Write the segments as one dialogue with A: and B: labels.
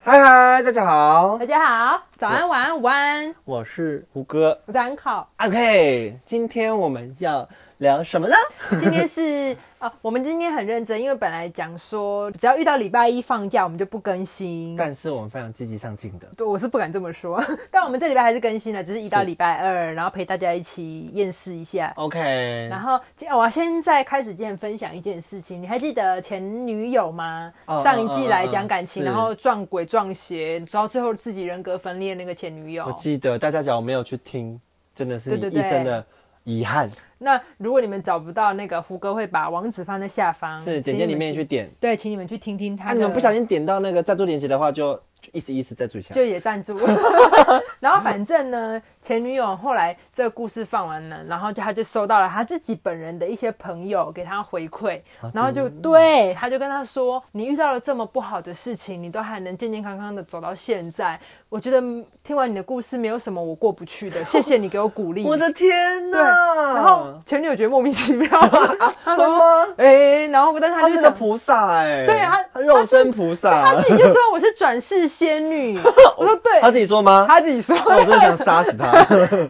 A: 嗨，大家好，
B: 大家好，早安、晚安、午安，
A: 我是胡歌。
B: 我是 安考。
A: OK，今天我们要聊什么呢？
B: 今天是哦，我们今天很认真，因为本来讲说只要遇到礼拜一放假，我们就不更新。
A: 但是我们非常积极上进的，
B: 对我是不敢这么说， 但我们这礼拜还是更新了，只是移到
A: 是
B: 礼拜二，然后陪大家一起验视一下。
A: OK，
B: 然后今我先在开始之前分享一件事情，你还记得前女友吗？
A: 哦
B: 上一
A: 嗯
B: 季
A: 嗯
B: 来
A: 嗯
B: 讲感
A: 是
B: 情，然后撞鬼撞邪，然后最后自己人格分裂那个前女
A: 我
B: 友。
A: 记得大家假如没有去听，真的是
B: 对对
A: 一
B: 对
A: 生的遗憾。
B: 那如果你们找不到那个胡歌，会把网址放在下方，
A: 是简
B: 请你
A: 介
B: 们
A: 里面
B: 去
A: 去点，
B: 对，请你们去听听他
A: 啊，
B: 的。
A: 你们不小心点到那个赞助链接的话，就就意思意思赞助一下。
B: 就也赞 助，然后反正呢，前女友后来这个故事放完了，然后就他就收到了他自己本人的一些朋友给他回馈，然后就对他就跟他说，你遇到了这么不好的事情，你都还能健健康康的走到现在，我觉得嗯听完你的故事没有什么我过不去 的，谢谢你给我鼓励。
A: 我的天
B: 对，
A: 呐！
B: 然后前女友觉得莫名其 妙，他
A: 真
B: 说，
A: 的吗？
B: 哎、然后但是
A: 他
B: 他就是是
A: 个
B: 想
A: 菩萨哎、
B: 对他
A: 他肉身菩萨
B: 他，自己就说我是转世仙 女，我说对，
A: 他自己说吗？
B: 他自己说，
A: 那我真的想杀死 他。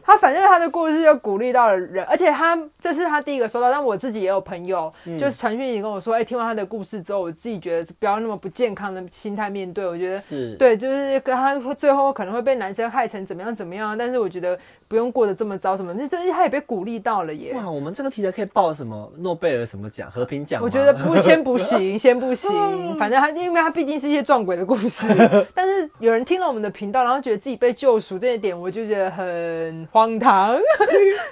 B: 他反正他的故事就鼓励到了人，而且他这是他第一个收到，但我自己也有朋友、
A: 嗯
B: 就是传讯息跟我说，哎、听完他的故事之后，我自己觉得不要那么不健康的心态面对，我觉得。
A: 是，
B: 对，就是跟他会最后可能会被男生害成怎么样怎么样，但是我觉得不用过得这么糟，什么那就是他也被鼓励到了耶。
A: 哇，我们这个题材可以报什么诺贝尔什么奖、和平奖吗？嗯
B: 我觉得不，先不 行，先不行。反正他，因为他毕竟是一些撞鬼的故 事，但是有人听了我们的频道，然后觉得自己被救赎这一点，我就觉得很荒唐。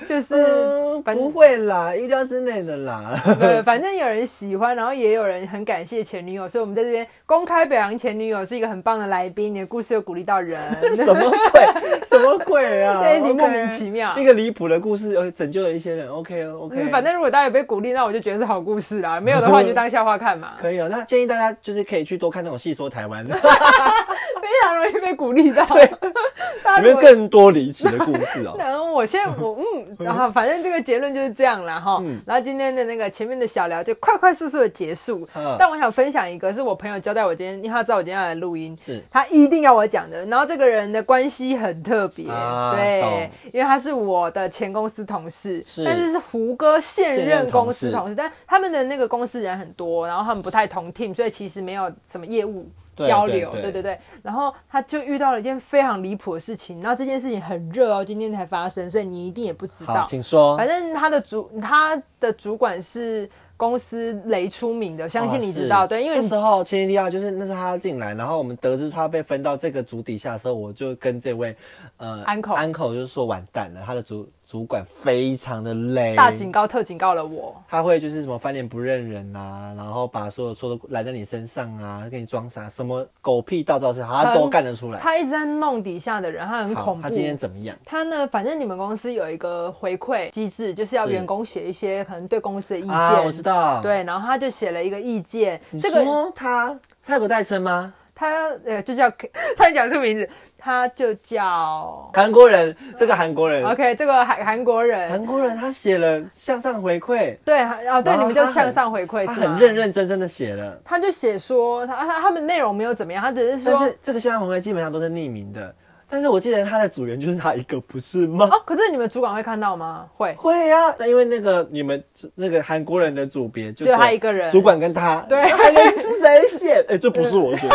B: 就是
A: 嗯，
B: 反
A: 不会啦，意料之内的 啦。
B: 呃，反正有人喜欢，然后也有人很感谢前女友，所以我们在这边公开表扬前女友是一个很棒的来宾，你的故事又鼓励 到人。
A: 什么鬼？什么鬼啊？
B: 对你
A: OK
B: 莫名其妙
A: 一个离谱的故事，呃，拯救了一些人。OK
B: 嗯
A: OK，
B: 反正如果大家有被鼓励，那我就觉得是好故事啦。没有的话，你就当笑话看嘛。
A: 可以哦。那建议大家就是可以去多看那种戏说台湾，里
B: 非常容易被鼓励到。 大家如
A: 面
B: 果
A: 更多离奇的故事 哦。
B: 然后我现在 我嗯，然后反正这个结论就是这样了哈。
A: 嗯
B: 然后今天的那个前面的小聊就快快速速的结束，
A: 嗯
B: 但我想分享一个是我朋友交代我今天，因为他知道我今天要来录音，
A: 是
B: 他一定要我讲的。然后这个人的关系很特别，
A: 啊懂
B: 对，因为他是我的前公司同事，
A: 是
B: 但是是胡歌现
A: 现任
B: 任
A: 同
B: 公司
A: 事
B: 同事，但他们的那个公司人很多，然后他们不太同 team，所以其实没有什么业务。
A: 对
B: 交
A: 对
B: 流，
A: 对
B: 对对对。然后他就遇到了一件非常离谱的事情，然后这件事情很热哦，今天才发生，所以你一定也不知
A: 好，
B: 道。
A: 请说
B: 反。正他的主他的主管是公司雷出名的，相信你知
A: 哦是
B: 道，对，因为
A: 那
B: 你
A: 时候前提亚就是那是他进来，然后我们得知他被分到这个组底下的时候，我就跟这位呃
B: 安口
A: 安口就是说完蛋了，他的主主管非常的累，
B: 大警告特警告了我，
A: 他会就是什么翻脸不认人啊，然后把所有错都揽在你身上啊，给你装傻，什么狗屁道道事他都干得出来。
B: 他一直在弄底下的人，他很
A: 好
B: 恐，怖
A: 他。今天怎么样？
B: 他呢，反正你们公司有一个回馈机制，就是要
A: 是
B: 员工写一些可能对公司的意见，
A: 啊，我知道。，
B: 对，然后他就写了一个意见，
A: 你
B: 这个
A: 说他他有个代称吗？
B: 他呃就叫， 他讲出名字，他就叫
A: 韩国人，这个韩国人，
B: OK，这个韩韩国人，
A: 呃韩国人他写了向上回馈，
B: 对，哦
A: 然
B: 对，
A: 后
B: 你们就
A: 他很
B: 向上回馈
A: 他
B: 哎是吗？
A: 很认认真真的写了。
B: 他就写说他他他们内容没有怎么样，他只是
A: 但
B: 说
A: 是这个向上回馈基本上都是匿名的，但是我记得他的组员就是他一个，不是吗？
B: 哦，可是你们主管会看到吗？会，
A: 会啊，那因为那个你们那个韩国人的组别就
B: 只有他一个人
A: 主管跟他，
B: 对
A: 还能是谁写？ 哎、这不是我写的，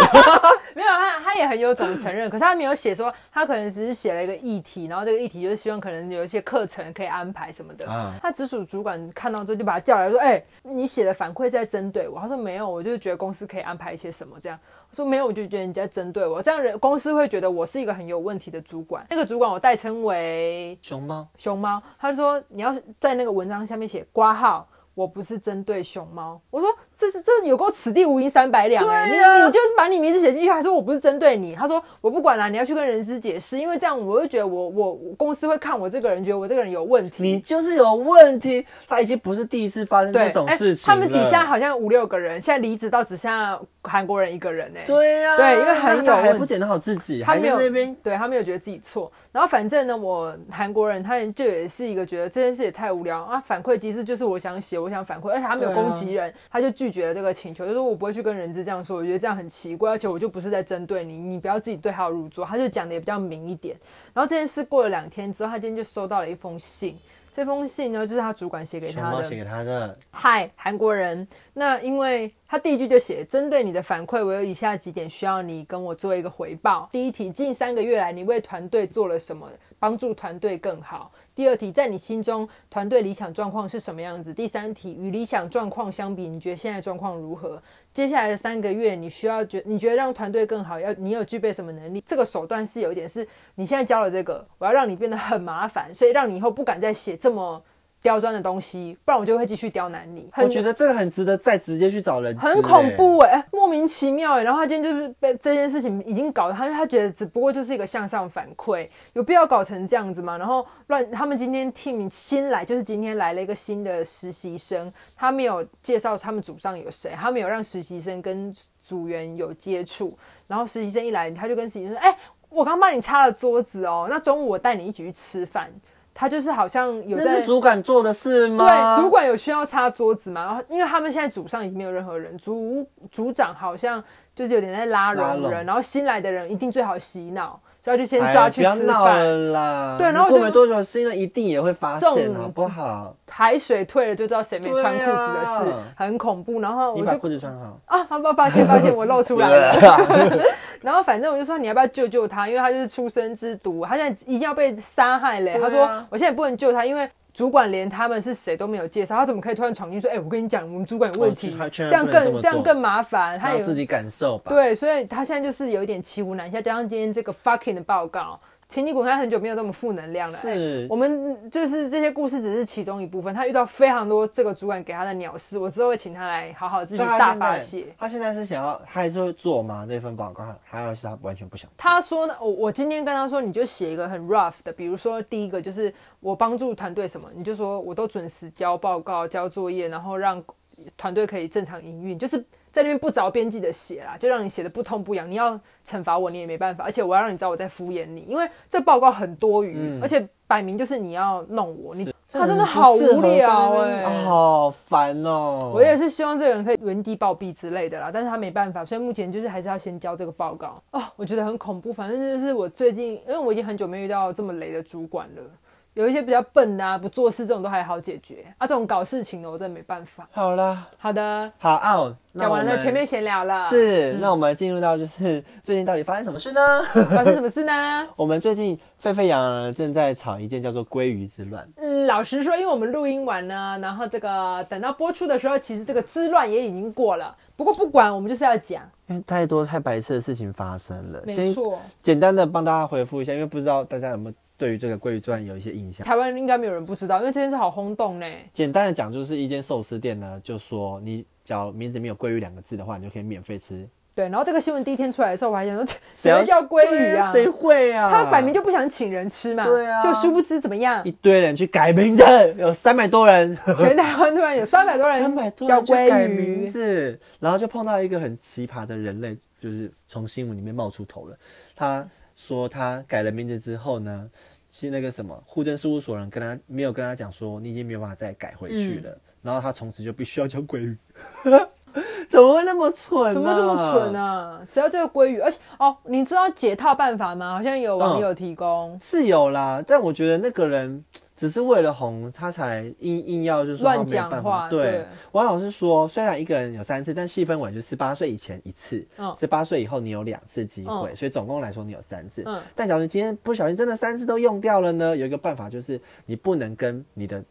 B: 没有他他也很有种承认，可是他没有写说他可能只是写了一个议题，然后这个议题就是希望可能有一些课程可以安排什么的。
A: 啊
B: 他直属主管看到之后就把他叫来说：“哎、你写的反馈在针对我。”他说：“没有，我就觉得公司可以安排一些什么这样。”我说：“没有，我就觉得你在针对我，这样人公司会觉得我是一个很有问题的主管。”那个主管我代称为
A: 熊猫
B: 熊猫，他说你要在那个文章下面写挂号，我不是针对熊猫。我说这是这有够此地无银三百两哎、
A: 对啊
B: 你你就是把你名字写进去，还说我不是针对你。他说我不管啦、你要去跟人资解释，因为这样我会觉得我我我公司会看我这个人，觉得我这个人有问题。
A: 你就是有问题，他已经不是第一次发生这
B: 对，
A: 种
B: 哎
A: 事情、
B: 他们底下。好像五六个人，现在离职到只剩下韩国人一个人哎、
A: 对呀、啊，
B: 对因为很有
A: 那他还
B: 问
A: 不检讨好自己，
B: 他
A: 还
B: 没
A: 在
B: 有
A: 那边
B: 对他没有觉得自己错。然后反正呢，我韩国人他也就也是一个觉得这件事也太无聊啊，反馈机制就是我想写，我想反馈，而且他没有
A: 对啊
B: 攻击人，他就拒绝了这个请求，就是我不会去跟人质这样说，我觉得这样很奇怪，而且我就不是在针对你，你不要自己对号入座。他就讲的也比较明一点。然后这件事过了两天之后，他今天就收到了一封信，这封信呢就是他主管写给
A: 熊
B: 他
A: 猫
B: 的
A: 写。给他的，
B: 嗨，韩国人。那因为他第一句就写，针对你的反馈，我有以下几点需要你跟我做一个回报。第一题，近三个月来你为团队做了什么，帮助团队更好。第二题，在你心中团队理想状况是什么样子？第三题，与理想状况相比，你觉得现在状况如何？接下来的三个月，你需要觉你觉得让团队更好，要你有具备什么能力？这个手段是有一点是，你现在教了这个，我要让你变得很麻烦，所以让你以后不敢再写这么刁钻的东西，不然我就会继续刁难你。
A: 我
B: 很
A: 觉得这个很值得再直接去找人、欸，
B: 很恐怖哎、莫名其妙哎、然后他今天就是被这件事情已经搞得他他觉得只不过就是一个向上反馈，有必要搞成这样子吗？然后乱，他们今天 team 新来就是今天来了一个新的实习生，他没有介绍他们组上有谁，他没有让实习生跟组员有接触，然后实习生一来，他就跟实习生说：“哎、我刚帮你擦了桌子哦，那中午我带你一起去吃饭。”他就是好像有
A: 那
B: 在
A: 是主管做的事吗？
B: 对，主管有需要擦桌子嘛？然后因为他们现在组上已经没有任何人，组组长好像就是有点在拉
A: 拉
B: 拢
A: 拢
B: 人，然后新来的人一定最好洗脑，所以他就先
A: 哎
B: 抓去
A: 不要
B: 吃
A: 闹了
B: 饭，
A: 啦。
B: 对然后我就
A: 过没多久，新人一定也会发
B: 中
A: 现，好不好？
B: 海水退了就知道谁没穿裤子的事，
A: 对啊
B: 很恐怖。然后
A: 你
B: 我
A: 把
B: 就
A: 裤子穿好。
B: 啊，抱抱歉抱歉，我露出来了。
A: 对啊
B: 然后反正我就说你要不要救救他，因为他就是出生之毒，他现在已经要被杀害嘞、
A: 对啊
B: 他说我现在也不能救他，因为。主管连他们是谁都没有介绍，他怎么可以突然闯进说：“哎、我跟你讲，我们主管有问题，
A: 哦他确
B: 这
A: 实
B: 样
A: 不能这
B: 更
A: 么做
B: 样更麻烦。”他
A: 他
B: 也
A: 有自己感受吧。
B: 对，所以他现在就是有一点骑虎难下，加上今天这个 fucking 的报告，请你滚开，很久没有这么负能量了。哎
A: 是
B: 我们就是这些故事只是其中一部分，他遇到非常多这个主管给他的鸟事，我之后会请他来好好自己
A: 所以他
B: 大
A: 现
B: 发
A: 在
B: 泄。
A: 他现在是想要，他还是会做吗？那份报告，还有是他完全不想。
B: 他说呢，我我今天跟他说，你就写一个很 rough 的，比如说第一个就是我帮助团队什么，你就说我都准时交报告、交作业，然后让团队可以正常营运，就是在那边不着边际的写啦，就让你写的不痛不痒。你要惩罚我，你也没办法，而且我要让你知道我在敷衍你，因为这报告很多余，而且摆明就是你要弄我，你他真的好无聊哎、
A: 啊好烦哦。
B: 我也是希望这个人可以原地暴毙之类的啦，但是他没办法，所以目前就是还是要先交这个报告哦。我觉得很恐怖，反正就是我最近，因为我已经很久没遇到这么雷的主管了，有一些比较笨的啊，不做事这种都还好解决啊，这种搞事情的我真的没办法。
A: 好啦，
B: 好的，
A: 好哦，那
B: 讲完
A: 我
B: 了
A: 们
B: 前面嗯闲聊了，
A: 是，那我们进入到就是最近到底发生什么事呢？
B: 发生什么事呢？
A: 我们最近沸沸扬扬地正在吵一件叫做“鲑鱼之乱
B: 嗯，老实说，因为我们录音完呢，然后这个等到播出的时候，其实这个之乱也已经过了。不过不管，我们就是要讲，”，
A: 因为太多太白痴的事情发生了。
B: 没错，
A: 简单的帮大家回复一下，因为不知道大家有没有对于这个鲑鱼之乱有一些印象。
B: 台湾应该没有人不知道，因为这件事好轰动呢。
A: 简单的讲，就是一间寿司店呢，就说你只要名字里面有“鲑鱼”两个字的话，你就可以免费吃。
B: 对，然后这个新闻第一天出来的时候，我还想说， 这
A: 谁
B: 谁
A: 要
B: 会叫鲑鱼啊？
A: 谁会啊？
B: 他摆明就不想请人吃嘛，
A: 对啊
B: 就殊不知怎么样
A: 一，堆人去改名字，有三百多人，
B: 全台湾突然有三百多人
A: 三百多
B: 叫
A: 人去
B: 鲑
A: 改名
B: 鱼，
A: 字，然后就碰到一个很奇葩的人类，就是从新闻里面冒出头了。他说他改了名字之后呢，是那个什么户政事务所人跟他没有跟他讲说你已经没有办法再改回去了，
B: 嗯
A: 然后他从此就必须要叫鲑鱼。 怎么会那么蠢、
B: 怎么这么蠢？啊？只要这个鲑鱼，而且哦，你知道解套办法吗？好像有网
A: 嗯
B: 友提供，
A: 是有啦，但我觉得那个人只是为了红，他才硬硬要就是说他
B: 乱
A: 没有
B: 讲
A: 办
B: 话
A: 法。
B: 对
A: 对，王老师说，虽然一个人有三次，但细分为就是十八岁以前一次
B: 嗯，
A: 十八岁以后你有两次机会，
B: 嗯
A: 所以总共来说你有三次。
B: 嗯
A: 但假如你今天不小心真的三次都用掉了呢，有一个办法就是你不能跟你的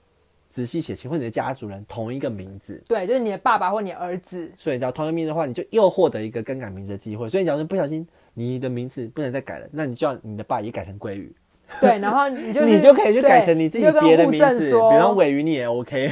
A: 直系血亲或你的家族人同一个名字。
B: 对，就是你的爸爸或你的儿子，
A: 所以只要同一个名字的话，你就又获得一个更改名字的机会。所以，假如不小心你的名字不能再改了，那你就要你的爸也改成鲑鱼。
B: 对，然后你就 是
A: 你就可以去改
B: 对
A: 成你自己
B: 就跟
A: 别的
B: 户
A: 名
B: 政
A: 字，比
B: 说
A: 方尾鱼你也 OK，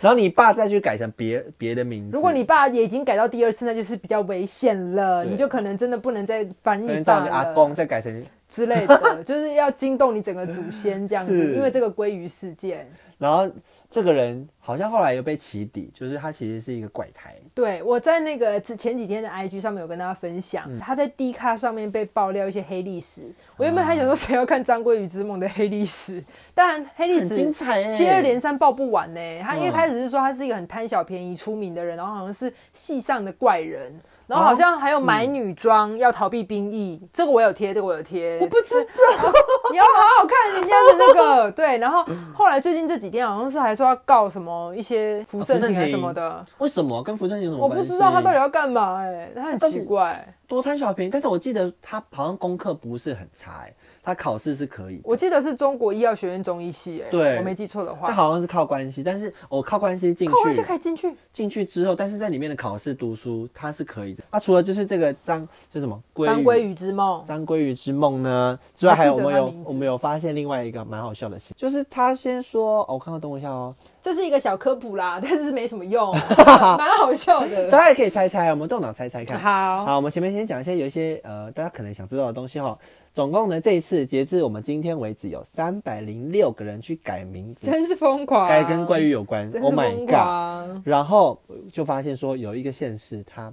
A: 然后 你爸再去改成别别的名字。
B: 如果你爸也已经改到第二次，那就是比较危险了，
A: 对
B: 你就可能真的不能再烦
A: 可能
B: 你
A: 叫
B: 爸
A: 你
B: 了。
A: 阿公再改成
B: 之类的，就是要惊动你整个祖先这样 子，
A: 是
B: 因为这个鲑鱼事件。
A: 然后这个人好像后来又被起底，就是他其实是一个怪胎，
B: 对，我在那个之前几天的 IG 上面有跟大家分享，
A: 嗯
B: 他在 D 咖上面被爆料一些黑历史。我原本
A: 啊
B: 还想说谁要看《张鲑鱼之梦》的黑历史，但黑历
A: 很精
B: 史
A: 彩哎、
B: 接二连三爆不完呢、他一
A: 嗯
B: 开始是说他是一个很贪小便宜出名的人，然后好像是戏上的怪人，然
A: 啊
B: 后好像还有
A: 嗯
B: 买女装、要逃避兵役，这个我有贴，这个我有贴。
A: 我不知道，
B: 你要好好看人家的那个 对，然后后来最近这几天好像是还说要告什么一些福
A: 哦
B: 盛庭还是什么的，
A: 为什么跟福正有什么
B: 我
A: 关系？
B: 不知道他到底要干嘛哎、他很
A: 到
B: 奇
A: 底
B: 怪。
A: 多贪小便宜，但是我记得他好像功课不是很差、欸，他考试是可以的，
B: 我记得是中国医药学院中医系哎、
A: 对
B: 我没记错的话
A: 他，好像是靠关系，但是我靠关系进
B: 靠关系
A: 去，
B: 可以进去，
A: 进去之后，但是在里面的考试读书他是可以的。他、啊除了就是这个张，就什么鲑
B: 当
A: 鱼
B: 鲑鱼之梦，
A: 张鲑鱼之梦呢之外，还有
B: 我
A: 我
B: 记得
A: 们
B: 他
A: 有
B: 名字
A: 我们有发现另外一个蛮好笑的事，就是他先说，哦、我看看，等我一下哦，
B: 这是一个小科普啦， 但是没什么用，蛮好笑
A: 大
B: 的。
A: 家也可以猜啊猜，我们动脑猜猜看。
B: 好，
A: 好，我们前面先讲一些有一些呃大家可能想知道的东西哈。总共呢，这一次截至我们今天为止，有三百零六个人去改名字，
B: 真是疯狂，
A: 该跟怪鱼有关。
B: 真是
A: Oh my
B: 疯
A: god！
B: 狂。
A: 然后就发现说有一个县市，它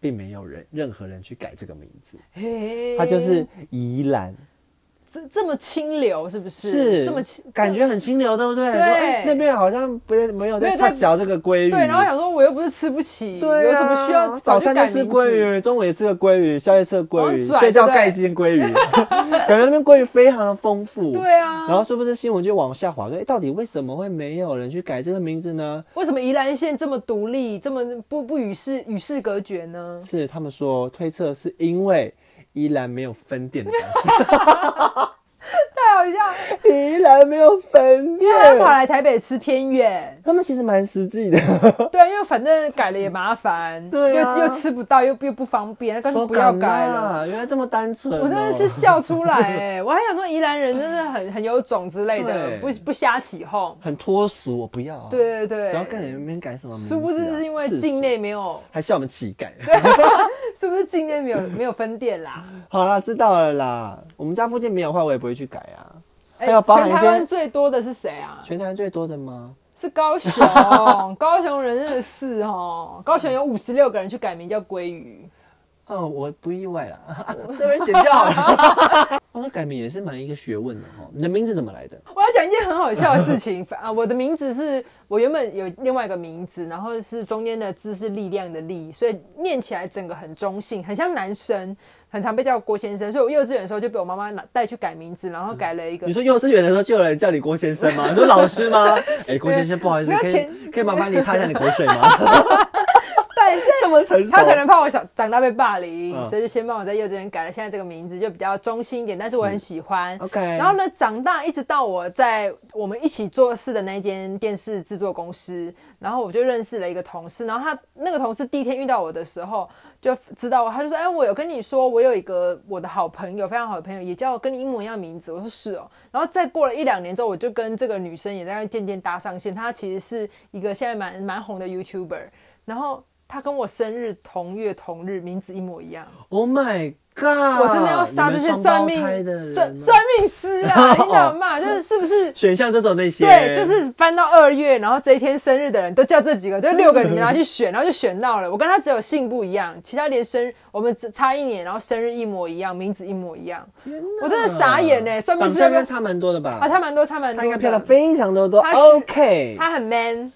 A: 并没有人任何人去改这个名字，
B: 嘿
A: 它就是宜兰，
B: 这这么清流，是不是？
A: 是
B: 这么清
A: 感觉很清流，对不对？
B: 对
A: 说哎那边好像不没有
B: 没
A: 在
B: 有在
A: 嚼这个鲑鱼，
B: 对，然后想说我又不是吃不起，
A: 对啊
B: 有什么需要
A: 早
B: 去
A: 餐就
B: 改
A: 吃
B: 名字
A: 鲑，鱼，中午也吃个鲑鱼，宵夜吃个鲑鱼，
B: 好像拽
A: 睡觉
B: 对不对
A: 盖一件鲑 鱼，感觉那边鲑鱼非常的丰富。
B: 对啊。
A: 然后是不是新闻就往下滑？说，哎，到底为什么会没有人去改这个名字呢？
B: 为什么宜兰县这么独立，这么不不与世与世隔绝呢？
A: 是他们说推测是因为宜兰没有分店的关系。
B: 太好笑，
A: 宜兰没有分店，
B: 他跑来台北吃偏远，
A: 他们其实蛮实际 的，
B: 对，啊因为反正改了也麻烦，
A: 对啊
B: 又又吃不到，又又不方便，那干脆
A: 说
B: 不要改了。
A: 了，原来这么单纯哦、
B: 我真的是笑出来哎、我还想说宜兰人真的很很有种之类的，
A: 对
B: 不不瞎起哄。
A: 很脱俗，我不要、啊。
B: 对对对
A: 谁要跟你们那边改什么名字、啊？
B: 殊不知是因为
A: 世
B: 境
A: 俗
B: 内没有，
A: 还笑我们乞丐。
B: 是不是境内没有没有分店啦？
A: 好啦，知道了啦。我们家附近没有的话，我也不会去改啊。
B: 哎
A: 还有包含
B: 全
A: 一
B: 台
A: 些
B: 湾最多的是谁啊？
A: 全台湾最多的吗？
B: 是高雄， 高雄人真的是哦，高雄有五十六个人去改名叫鲑鱼，
A: 哦，我不意外啦。啊 这边剪 掉了。哦，那改名也是蛮一个学问的哈。你的名字怎么来的？
B: 我要讲一件很好笑的事情反啊！我的名字是我原本有另外一个名字，然后是中间的“字是力量的“力”，所以念起来整个很中性，很像男生，很常被叫郭先生。所以我幼稚园的时候就被我妈妈拿带去改名字，然后改了一个
A: 你。说幼稚园的时候就有人叫你郭先生吗？你说老师 吗？哎、郭先生，不好意思
B: 没，有
A: 可以
B: 前
A: 可以麻烦你擦一下你口水吗？
B: 对，
A: 这么成熟，
B: 他可能怕我小长大被霸凌，
A: 嗯
B: 所以就先帮我在幼稚园改了现在这个名字，就比较中性一点，但是我很喜欢。
A: OK
B: 然后呢，长大一直到我在我们一起做事的那间电视制作公司，然后我就认识了一个同事，然后他那个同事第一天遇到我的时候就知道我，他就说：“哎，我有跟你说，我有一个我的好朋友，非常好的朋友，也叫跟你一模一样名字。”我说：“是哦。”然后再过了一两年之后，我就跟这个女生也在渐渐搭上线，她其实是一个现在蛮蛮红的 YouTuber，然后。她跟我生日同月同日，名字一模一样，
A: Oh my God！
B: 我真的要杀这些算命
A: 你哦们双胞胎的人
B: 算
A: 吗
B: 算命师 啊！你想嘛，就是是不是
A: 选项就走那些，
B: 对，就是翻到二月，然后这一天生日的人都叫这几个，就六个你们拿 去选，然后就选到了。我跟他只有姓不一样，其他连生日我们只差一年，然后生日一模一样，名字一模一样，
A: 天哪
B: 我真的傻眼欸算命师
A: 长相应
B: 要不要
A: 该差蛮多的吧？
B: 啊，差蛮多，差蛮多的。
A: 她应该漂亮非常的多。
B: 她是
A: OK，
B: 她很 man，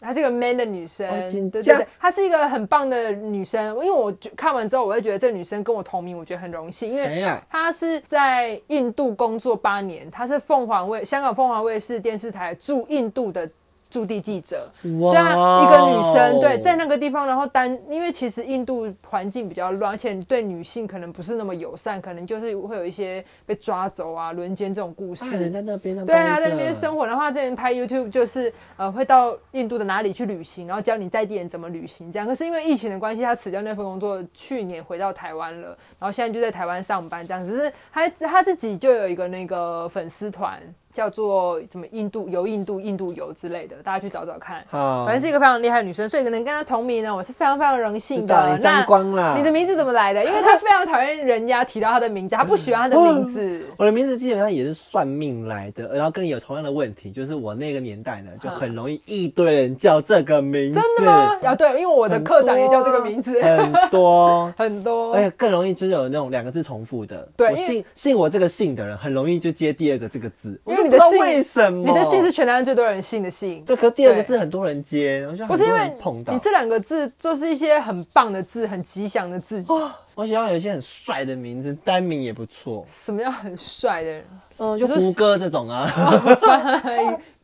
B: 她是个 man 的女生，
A: 哦
B: 对
A: 真
B: 对
A: 假
B: 对，她是一个很棒的女生。因为我觉看完之后，我会觉得这个女生跟我同名，我觉得很荣幸，因为
A: 谁啊呀？
B: 她是在印度工作八年，她是凤凰卫香港凤凰卫视电视台驻印度的驻地记者。
A: 哇
B: 虽然一个女生对在
A: 那
B: 那个地方，然后单因为其实印度环境比较乱，而且对女性可能不是那么友善，可能就是会有一些被抓走啊、轮奸这种故事。
A: 人在那边上
B: 对啊，
A: 待
B: 在
A: 着
B: 那边生活，然后他之前拍 YouTube 就是呃，会到印度的哪里去旅行，然后教你在地人怎么旅行这样。可是因为疫情的关系，他辞掉那份工作，去年回到台湾了，然后现在就在台湾上班这样。只是他他自己就有一个那个粉丝团，叫做什么印度游、印度印度游之类的，大家去找找看。
A: 好，
B: 反正是一个非常厉害的女生，所以可能跟她同名啊呢，我是非常非常荣幸
A: 知道
B: 的。
A: 你
B: 那
A: 沾光啦。
B: 你的名字怎么来的？因为她非常讨厌人家提到她的名字，她不喜欢她的名字。
A: 我的名字基本上也是算命来的，然后跟你有同样的问题，就是我那个年代呢，就很容易一堆人叫这个名字，
B: 嗯真的吗？啊，对，因为我的
A: 很
B: 课长也叫这个
A: 多啊哎
B: 名字，，
A: 很多
B: 很多
A: 而。且更容易就是有那种两个字重复的。
B: 对
A: 我
B: 因为
A: 姓姓我这个姓的人，很容易就接第二个这个字，
B: 因
A: 我就不
B: 为你
A: 知
B: 的
A: 道
B: 姓，
A: 为什么
B: 你的姓是全台湾最多人姓的姓，
A: 对，可是第二个
B: 对
A: 字很多人接，然后就
B: 不
A: 很
B: 是
A: 多
B: 因为
A: 人碰到
B: 你。这两个字就是一些很棒的字，很吉祥的字。
A: 哇，哦我喜欢有一些很帅的名字，单名也不错，
B: 什么叫很帅 的人？
A: 嗯，就
B: 哦你说
A: 胡歌这种啊，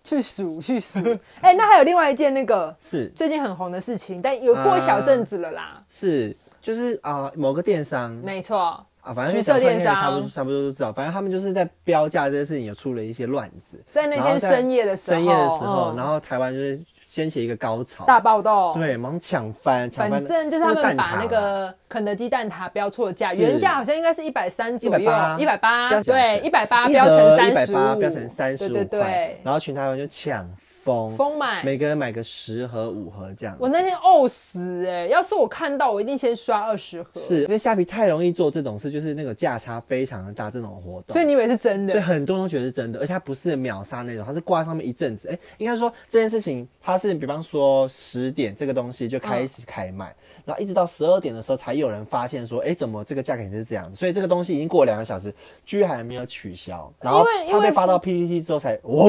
B: 去数去数。 哎、那还有另外一件那个
A: 是
B: 最近很红的事情，但有过一小阵子了啦。
A: 是，就是啊、某个电商，
B: 没错，
A: 啊，反正
B: 橘色
A: 讲出来应
B: 电
A: 该也
B: 商
A: 差不多差不多都知道，反正他们就是在标价这件事情有出了一些乱子，
B: 在那
A: 然后
B: 天深夜的时候，
A: 深夜的时候，
B: 嗯
A: 然后台湾就是掀起一个高潮，
B: 大暴动。
A: 对，忙抢翻，抢翻
B: 反
A: 的，
B: 正就是他们把那
A: 那蛋挞啊
B: 个肯德基蛋挞标错价，
A: 是
B: 原价好像应该是一百三左右，一百
A: 180
B: 八，
A: 标成
B: 对，一百八啊标
A: 一
B: 成
A: 盒
B: 三十
A: 180
B: 五，
A: 标成三十
B: 对
A: 五
B: 对
A: 块
B: 对，，
A: 然后全台湾就抢疯，
B: 疯买。
A: 每个人买个十盒五盒这样。
B: 我那天呕死哎、要是我看到，我一定先刷二十盒。
A: 是因为虾皮太容易做这种事，就是那个价差非常的大这种活动，
B: 所以你以为是真
A: 所以
B: 的？
A: 很多人都觉得是真的，而且它不是秒杀那种，它是挂在上面一阵子。哎、应该说这件事情，它是比方说十点这个东西就
B: 嗯
A: 开始开卖，然后一直到十二点的时候才有人发现说，哎、怎么这个价格也是这样子？所以这个东西已经过了两个小时，居然还没有取消。然后
B: 因为
A: 它
B: 因为
A: 被发到 PPT 之后才，哦，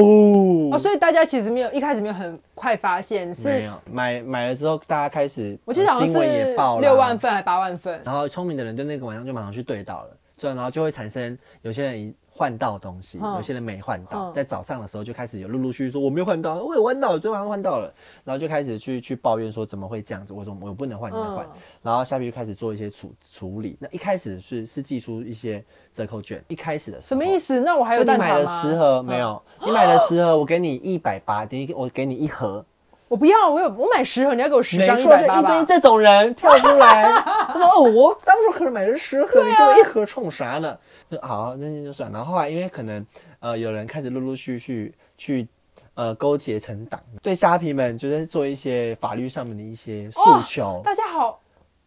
B: 哦，所以大家其实没有一开始没有很快发现，
A: 没
B: 是
A: 有买买了之后，大家开始，呃
B: 我记得好像
A: 新闻也
B: 是
A: 爆了，
B: 六万份还八万份，
A: 然后聪明的人就那个晚上就马上去对到了，所以然后就会产生有些人换到东西，
B: 嗯
A: 有些人没换到，
B: 嗯
A: 在早上的时候就开始有陆陆续续说我没有换到，我有换到，我昨天晚上换到了，然后就开始去去抱怨说怎么会这样子，我怎么我不能换，你能换，
B: 嗯
A: 然后下面就开始做一些处处理。那一开始是是寄出一些折扣券，一开始的时候
B: 什么意？思？那我还
A: 就
B: 有
A: 你
B: 蛋
A: 买
B: 挞
A: 了
B: 吗？嗯
A: 十盒没有？你买了十盒，我给你一百八，等于我给你一盒，
B: 我不要，我有我买十盒，你要给我十
A: 没
B: 张一
A: 错，
B: 百
A: 就
B: 八
A: 一堆
B: 吧？
A: 这种人跳出 来，他说：“哦，我当初可是买了十盒，你给
B: 啊
A: 我一盒冲啥呢？”就好，那就算。然后后来因为可能呃有人开始陆陆续续去呃勾结成党，对虾皮们就是做一些法律上面的一些诉
B: 哦
A: 求。
B: 大家好，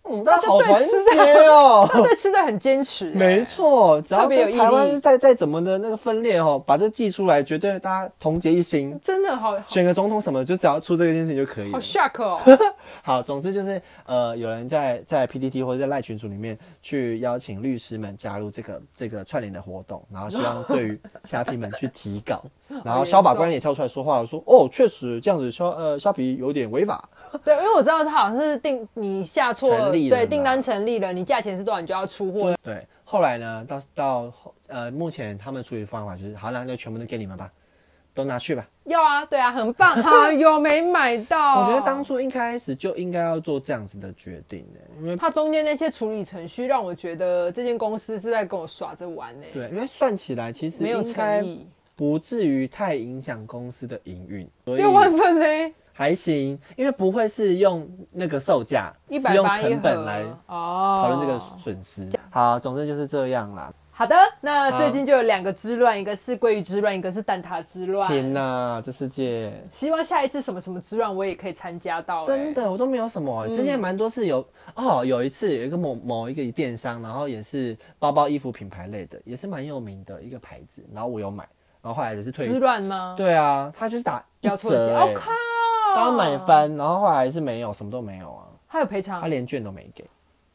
A: 嗯，那
B: 家
A: 好
B: 对
A: 团
B: 吃
A: 结
B: 他
A: 哦。
B: 对吃的很坚持、欸
A: 没错，只要
B: 特别有
A: 这
B: 毅
A: 台湾
B: 力
A: 再再怎么的那个分裂哦，把这寄出来，绝对大家同结一心，
B: 真的好好
A: 选个总统什么的，就只要出这件事情就可以
B: 好
A: 了。
B: shock 哦。
A: 好，总之就是呃，有人在在 PTT 或者在赖群组里面去邀请律师们加入这个这个串联的活动，然后希望对于虾皮们去提 稿，然后肖法官也跳出来说话了，说哦，确实这样子肖呃虾皮有点违法，
B: 对，因为我知道他好像是订你下错
A: 成立了
B: 对
A: 嘛
B: 订单成立了，你价钱是多少，你就要出货。
A: 对。后来呢，到到后呃，目前他们处理方法就是，好了，那就全部都给你们吧，都拿去吧。
B: 要啊，对啊，很 棒啊，有没买到？
A: 我觉得当初一开始就应该要做这样子的决定的，因为
B: 它中间那些处理程序让我觉得这间公司是在跟我耍着玩呢、
A: 对，因为算起来其实
B: 没有
A: 应该
B: 诚意。
A: 不至于太影响公司的营运，所以
B: 六万份呢？
A: 还行，因为不会是用那个售价，
B: 一
A: 是
B: 百
A: 用
B: 八一
A: 成
B: 盒
A: 本来
B: 哦。
A: 讨论这个损失。好，总之就是这样啦。
B: 好的，那最近就有两个之乱，一个是鲑鱼之乱，一个是蛋挞之
A: 啊天
B: 乱。
A: 哪，这世界
B: 希望下一次什么什么之乱我也可以参加到、欸。
A: 真，的我都没有什么、
B: 嗯
A: 之前蛮多次有哦，有一次有一个某某一个电商，然后也是包包、衣服品牌类的，也是蛮有名的一个牌子，然后我有买，然后后来也是
B: 之
A: 退。
B: 乱吗？，
A: 对啊，他就是打一
B: 标错价。
A: 折、欸
B: 哦，靠！
A: 他买翻，然后后来还是没有，什么都没有啊，
B: 还有赔偿
A: 他，连券都没给，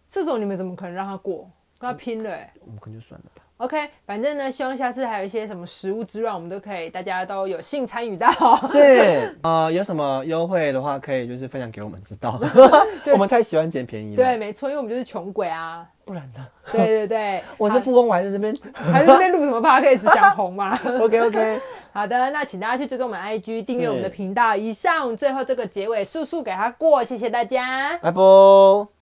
B: 这种你们怎么可能让他过？跟他拼了、欸！
A: 我们可能就算了吧。
B: OK，反正呢，希望下次还有一些什么食物之乱，我们都可以大家都有幸参与到。
A: 是，啊呃，有什么优惠的话，可以就是分享给我们知道。 我们太喜欢捡便宜了。
B: 对，，没错，因为我们就是穷鬼啊。
A: 不然呢？
B: 对对对，
A: 我是富翁，我还在这边。
B: 好还是这边录什么 podcast 想红嘛？
A: OK OK，
B: 好的，那请大家去追踪我们 IG，订阅
A: 是
B: 我们的频道。以上最后这个结尾，速速给它过，谢谢大家。
A: 拜拜。